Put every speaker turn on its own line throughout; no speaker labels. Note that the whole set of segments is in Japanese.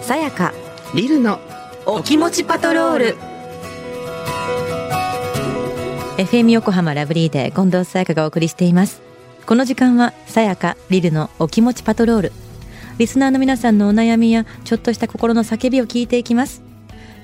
さやか
リルの
お気持ちパトロール
FM 横浜ラブリーで近藤沙耶香がお送りしていますこの時間はさやかリルのお気持ちパトロールリスナーの皆さんのお悩みやちょっとした心の叫びを聞いていきます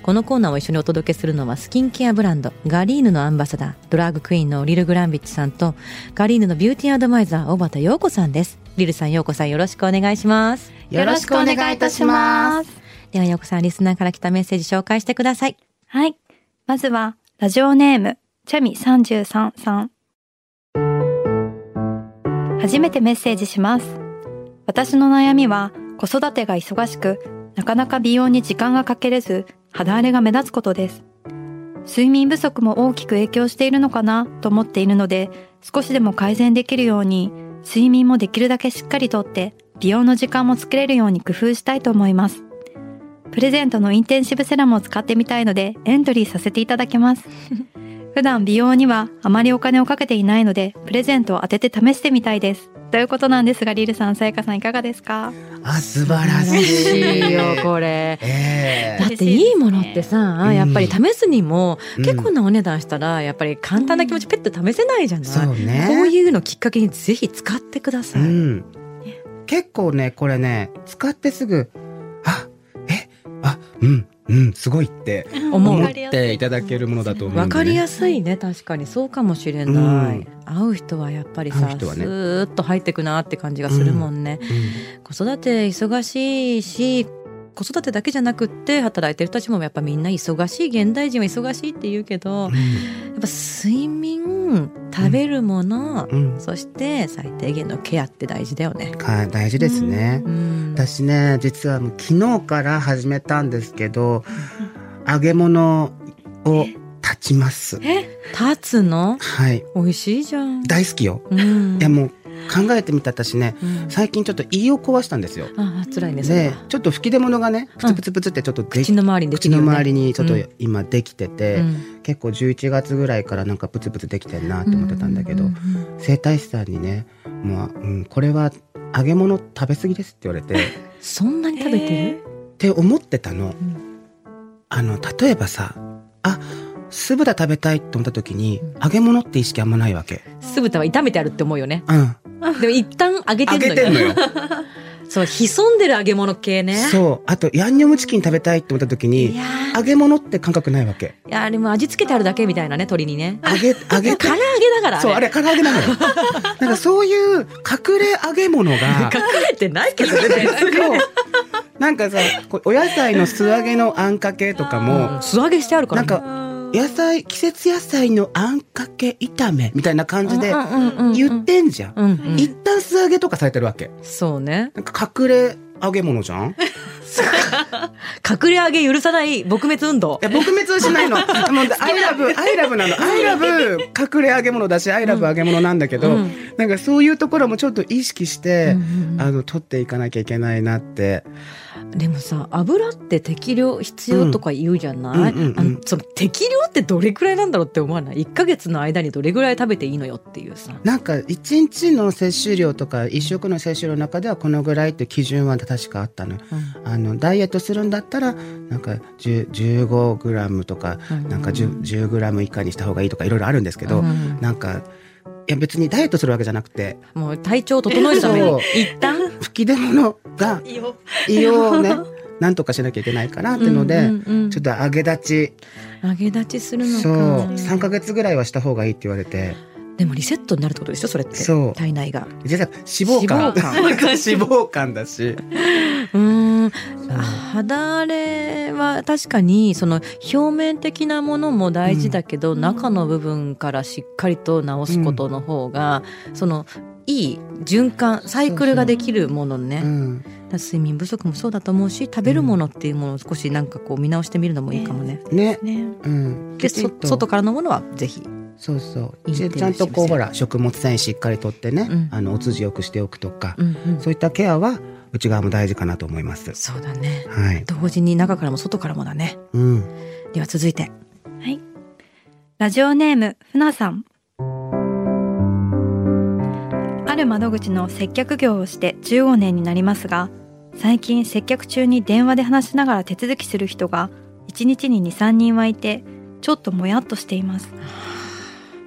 このコーナーを一緒にお届けするのはスキンケアブランドガリーヌのアンバサダードラッグクイーンのリル・グランビッチさんとガリーヌのビューティーアドバイザー小畑陽子さんですリルさん陽子さんよろしくお願いします
よろしくお願いいたします。
では陽子さんリスナーから来たメッセージ紹介してください
はい。まずは、ラジオネーム、チャミ33さん。初めてメッセージします。私の悩みは、子育てが忙しく、なかなか美容に時間がかけれず、肌荒れが目立つことです。睡眠不足も大きく影響しているのかなと思っているので、少しでも改善できるように、睡眠もできるだけしっかりとって、美容の時間も作れるように工夫したいと思います。プレゼントのインテンシブセラムを使ってみたいのでエントリーさせていただけます。 普段美容にはあまりお金をかけていないので、プレゼントを当てて試してみたいです。ということなんですが、リルさん、さやかさんいかがですか
あ素晴らしい
よこれ
ええ
だっていいものってさ、
うん
やっぱり試すにも、
うん
結構なお値段したらやっぱり簡単な気持ちペット試せないじゃない、
そうね
こういうのきっかけにぜひ使ってください、
うん、結構ねこれね使ってすぐあえあうんうんすごいって
思う
思っていただけるものだと思うんで、ね、
わかりやすいね確かにそうかもしれない、
うん
会う人はやっぱり
会
さ、
う
ス
人はね
ーッと入ってくなって感じがするもんね、子育て忙しいし子育てだけじゃなくって働いてる人たちもやっぱみんな忙しい現代人は忙しいって言うけど、や
う
っ
ん
ぱ睡眠食べるもの、
うんうん
そして最低限のケアって大事だよね。
か大事ですね、
うん、
私ね実はもう昨日から始めたんですけど揚げ物を立ちます
立つの
はい
美味しいじゃん。
大好きよ
うん
いやもう考えてみた私ね
うん
最近ちょっと胃を壊したんですよ
ああ辛いねそれ
で
は。
ちょっと吹き出物がねプツプツプツってちょっとで
口の周りにでき
口
る
の
よ、ね、
周りにちょっと
うん
今できてて、
うん
結構11月ぐらいからなんかプツプツできてんなって思ってたんだけど、
ううん
整体師さんにね「もう、うん、これは揚げ物食べ過ぎです」って言わ れてっ
そんなに食べてる？
て思ってたの。
ん
あの例えばさあ酢豚食べたいと思った時に揚げ物って意識あんまないわけ。
酢豚は炒めてあるって思うよね。
うん、
でも一旦揚げてるの
揚げ
よ。
てんのよ。
そう潜んでる揚げ物系 ね。
そうあとヤンニョムチキン食べたいと思った時
い
に
や
揚げ物って感覚ないわけ。
ーいやーでも味付けてあるだけみたいなね鶏にね。
揚げ揚げ
唐揚げだからあれ。
そうあれ唐揚げ なのよ。なんかそういう隠れ揚げ物が。
隠れてないけどね。
そうなんかさこうお野菜の素揚げのあんかけとか
も
も
う素揚げしてあるから、ね。
なん野菜季節野菜のあんかけ炒めみたいな感じで
うんうんうんうん
言っ。てんじゃん。
うんうん
一旦素揚げとかされてるわけ。
そうね。
なんか隠れ揚げ物 じゃん。い
隠れ揚げ許さない撲滅運動。
や撲滅はしないの。もうアイラブアイラブなの。アイラブ隠れ揚げ物だしアイラブ揚げ物なんだけど、
うん
なんかそういうところもちょっと意識して。
うん
あの取っていかなきゃいけないなって
でもさ油って適量必要とか言うじゃない、
うんうんうんうん
あのその適量ってどれくらいなんだろうって思わない1ヶ月の間にどれくらい食べていいのよっていうさ
なんか一日の摂取量とか一食の摂取量の中ではこのぐらいって基準は確かあったのあのダイエットするんだったらなんか10 15グラムとか
うん
なんか10 10グラム以下にした方がいいとかいろいろあるんですけど、
うん
なんかいや別にダイエットするわけじゃなくて
もう体調を整えるため
そう
に一旦
吹き出物が胃 をねなんとかしなきゃいけないかなってので、
うんうんうん
ちょっと揚げ立
揚げ立ちする
ち
の
そう
か
3か月ぐらいはした方がいいって言われて
でもリセットになるってことでしょそれって
そう
体内が
実は脂肪肝
脂
脂肪肝だし。
うーん
そう
肌荒れは確かにその表面的なものも大事だけど、中の部分からしっかりと治すことの方が、そのいい循環サイクルができるものね
うん
だから睡眠不足もそうだと思うし食べるものっていうものを少しなんかこう見直してみるのもいいかもね。
ね、
ね。
うん、
で
きち
そ
んと
外からのものはぜひ。
そうそう
インテリ
ちちゃんと
しま
こう
すよ
ほら食物繊維しっかりとってね、
うん
あのお通じよくしておくとか、
うんうん
そういったケアは内側も大事かなと思います。
そうだね
はい、
同時に中からも外からもだね。
うん、
では続いて。
はい。ラジオネーム、ふなさん。ある窓口の接客業をして15年になりますが、最近接客中に電話で話しながら手続きする人が1日に23人はいてちょっともやっとしています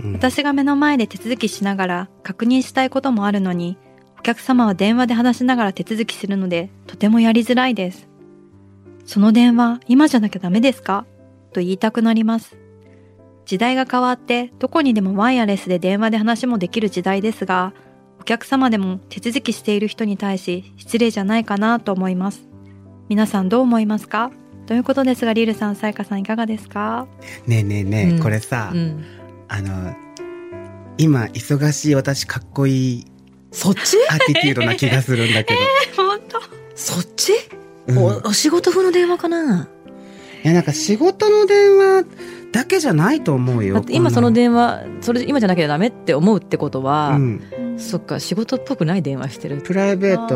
うん
私が目の前で手続きしながら確認したいこともあるのにお客様は電話で話しながら手続きするのでとてもやりづらいですその電話今じゃなきゃダメですかと言いたくなります時代が変わってどこにでもワイヤレスで電話で話もできる時代ですがお客様でも手続きしている人に対し失礼じゃないかなと思います皆さんどう思いますかということですがリルさんサイカさんいかがですか
ねえねえねえ、
うん
これさ、
うん、
あの今忙しい私かっこいい
そっち
アティテュードな気がする んだけ
本当
そっち、
ど、うん
おお仕事風の電話かない
やなんか仕事の電話だけじゃないと思う
だ
よ
って今その電話それ今じゃなきゃダメって思うってこと
話、
は、
うん、
そっか仕事っぽくない電話してる
プライベート
ト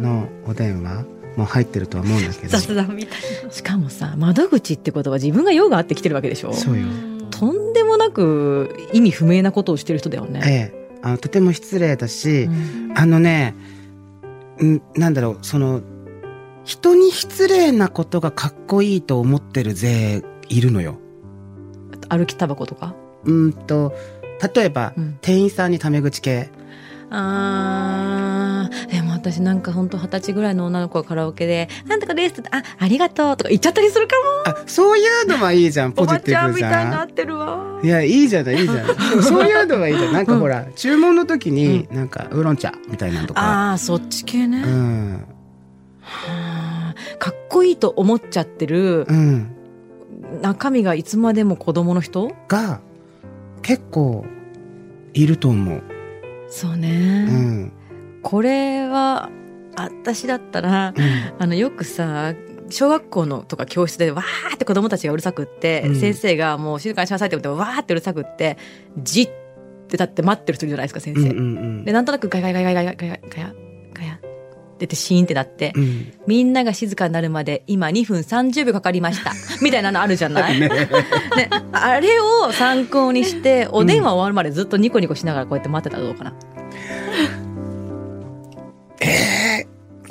のお電話も入ってるとは思うんだけど
雑談みたい
しかもさ窓口ってことは自分が用があってきてるわけでしょ
な
そうよ
とんでもなく意味不明なことをしてる人だよね、
ええあのとても失礼だし、
うん
あのねんなんだろうその人に失礼なことがかっこいいと思ってる勢いるのよ。
歩きタバコとか、
うんと例えば、
うん
店員さんにタメ口系
あーでも私なんか本当二十歳ぐらいの女の子がカラオケで「なんとかです」って言ってあありがとう」とか言っちゃったりするかも
あそういうのはいいじゃんポ
おば
ジテ
ちゃ
ィ
ん
ブ
み
じ
たいにな
ゃ
っ
ん。
てるわ
いやいいじゃないいいじゃ んそういうのはいいじゃんなんかほら、注文の時に、なんかウーロン茶みたいなのとか
あーそっち系
う
ね、
ん
はーかっこいいと思っちゃってる
うん
中身がいつまでも子供の人
が結構いると思う、
そう
う
ね
ん
これは私だったら
うん
あのよくさ小学校のとか教室でわーって子供たちがうるさくって、
うん
先生がもう静かにしなさいって言ってわーってうるさくってじって立って待ってる人いるじゃないですか先
うん
生。
うんうん
でなんとなくガヤガヤガヤガヤガヤガヤガヤっててシーンってなって、
うん
みんなが静かになるまで今2分30秒かかりましたみたいなのあるじゃ ない、ね、あれを参考にしてお電話終わるまでずっとニコニコしながらこうやって待ってたらどうかな、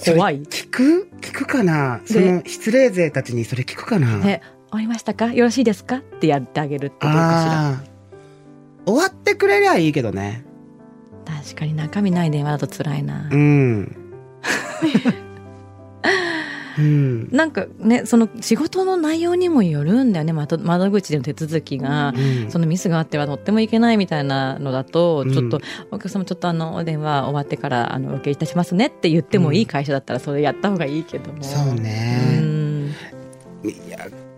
怖い
聞く聞くかなその失礼勢たちにそれ聞くかな、
ね、終わりましたかよろしいですかってやってあげるってどうか
ああ終わってくれりゃいいけどね
しら確かに中身ない電話だと辛いな、
うん うん、
なんかねその仕事の内容にもよるんだよねまと窓口での手続きが、
うん
そのミスがあってはとってもいけないみたいなのだと、
うん
ちょっとお客様ちょっとあのお電話終わってからあのお受けいたしますねって言ってもいい会社だったらそれやった方がいいけども
そ
う
うね
ん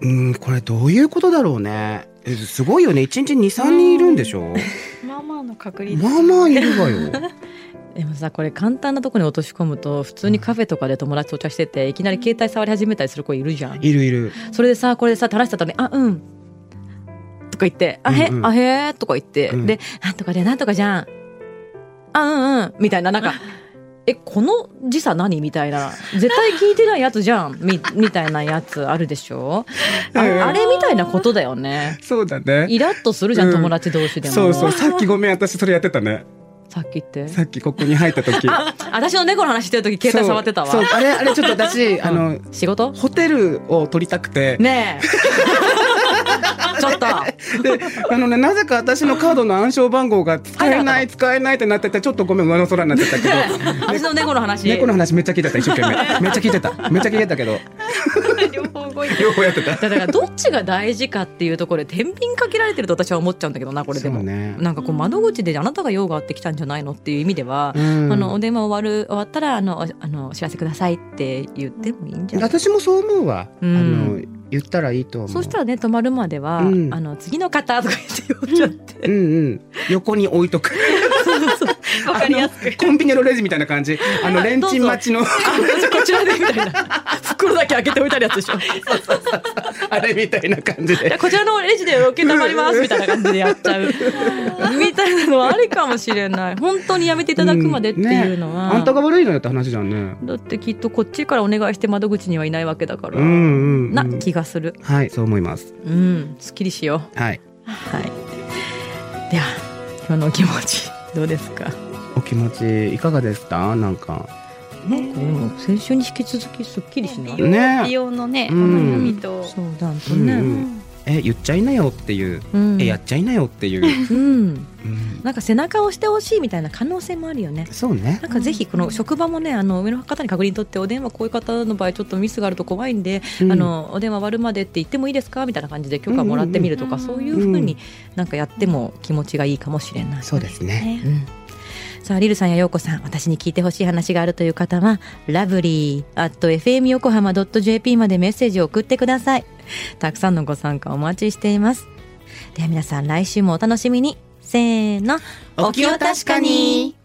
うんこれどういうことだろうねえすごいよね一日23人いるんでしょ
まあまあの確率
まあまあいるわよ
でもさこれ簡単なとこに落とし込むと普通にカフェとかで友達とお茶してていきなり携帯触り始めたりする子いるじゃん
いるいる
それでさこれでさ垂らした後に「あうん」とか言って「あへ、
うんうん
あへー」とか言って、
うん
で「なんとかでなんとかじゃん」「あうんうん」みたいななん か「えこの時差何?」みたいな絶対聞いてないやつじゃんみみたいなやつあるでしょあ
うん
あれみたいなことだよね。
そうだね
イラッとするじゃん、
うん
友達同士でも。
さっきごめん私それやってたね
さっき言って。
っきここに入った時
あ、私の猫の話してる時携帯触ってたわ。
そうそうあれあれちょっと私あの
仕事
ホテルを取りたくて、
ねえ。ちょっと。
であのねなぜか私のカードの暗証番号が使えない使えないってなっててちょっとごめん上の空になってたけ ど
私の猫の話。
猫の話めっちゃ聞いてた一生懸 命めっちゃ聞いてためっちゃ聞いてたけど
両方動いて
両方やってた
だからどっちが大事かっていうところで天秤かけられてると私は思っちゃうんだけどなこれでも、
そうね
なんかこう窓口であなたが用があってきたんじゃないのっていう意味では、
うん
あのお電話終わる終わったらあのあのお知らせくださいって言ってもいいんじゃない、
私もそう思うわ、
うん
あの言ったらいいと思う
そうしたらね止まるまでは、
うん
あの次の方とか言って呼んじゃって、
うんうん横に置いとく
わかりやすく
コンビニのレジみたいな感じあのレンチン待ちの
あこちらでみたいな袋だけ開けておいたやつでしょ
あれみたいな感じで
こちらのレジで受けたまりますみたいな感じでやっち ゃうみたいなのはありかもしれない本当にやめていただくまでっていうのは、
あんたが悪いのよって話じゃんね
だってきっとこっちからお願いして窓口にはいないわけだから、
うんうん、うん、
な気がする
はいそう思います
うんすっきりしよ
はいう
はいでは今日のお気持ちどうですか
お気持ちいかがですかなんか
なんかうん先週に引き続きすっきりしない、
ね
美容のね、お
うん
悩みと、
そうだんとね、
う
うんん
え言っちゃいなよっていう、えやっちゃいなよっ ていう、
うん、
うん
なんか背中を押してほしいみたいな可能性もあるよね
そうね
なんかぜひこの職場もねあの上の方に確認取ってお電話こういう方の場合ちょっとミスがあると怖いんで、
うん
あのお電話割るまでって言ってもいいですかみたいな感じで許可もらってみるとか、
うんうんうん
そういうふうになんかやっても気持ちがいいかもしれない、
そうですね
ね
うんさあリルさんやようこさん私に聞いてほしい話があるという方はラブリー at fm 横浜 .jp までメッセージを送ってくださいたくさんのご参加お待ちしていますでは皆さん来週もお楽しみにせーの
お気を確かに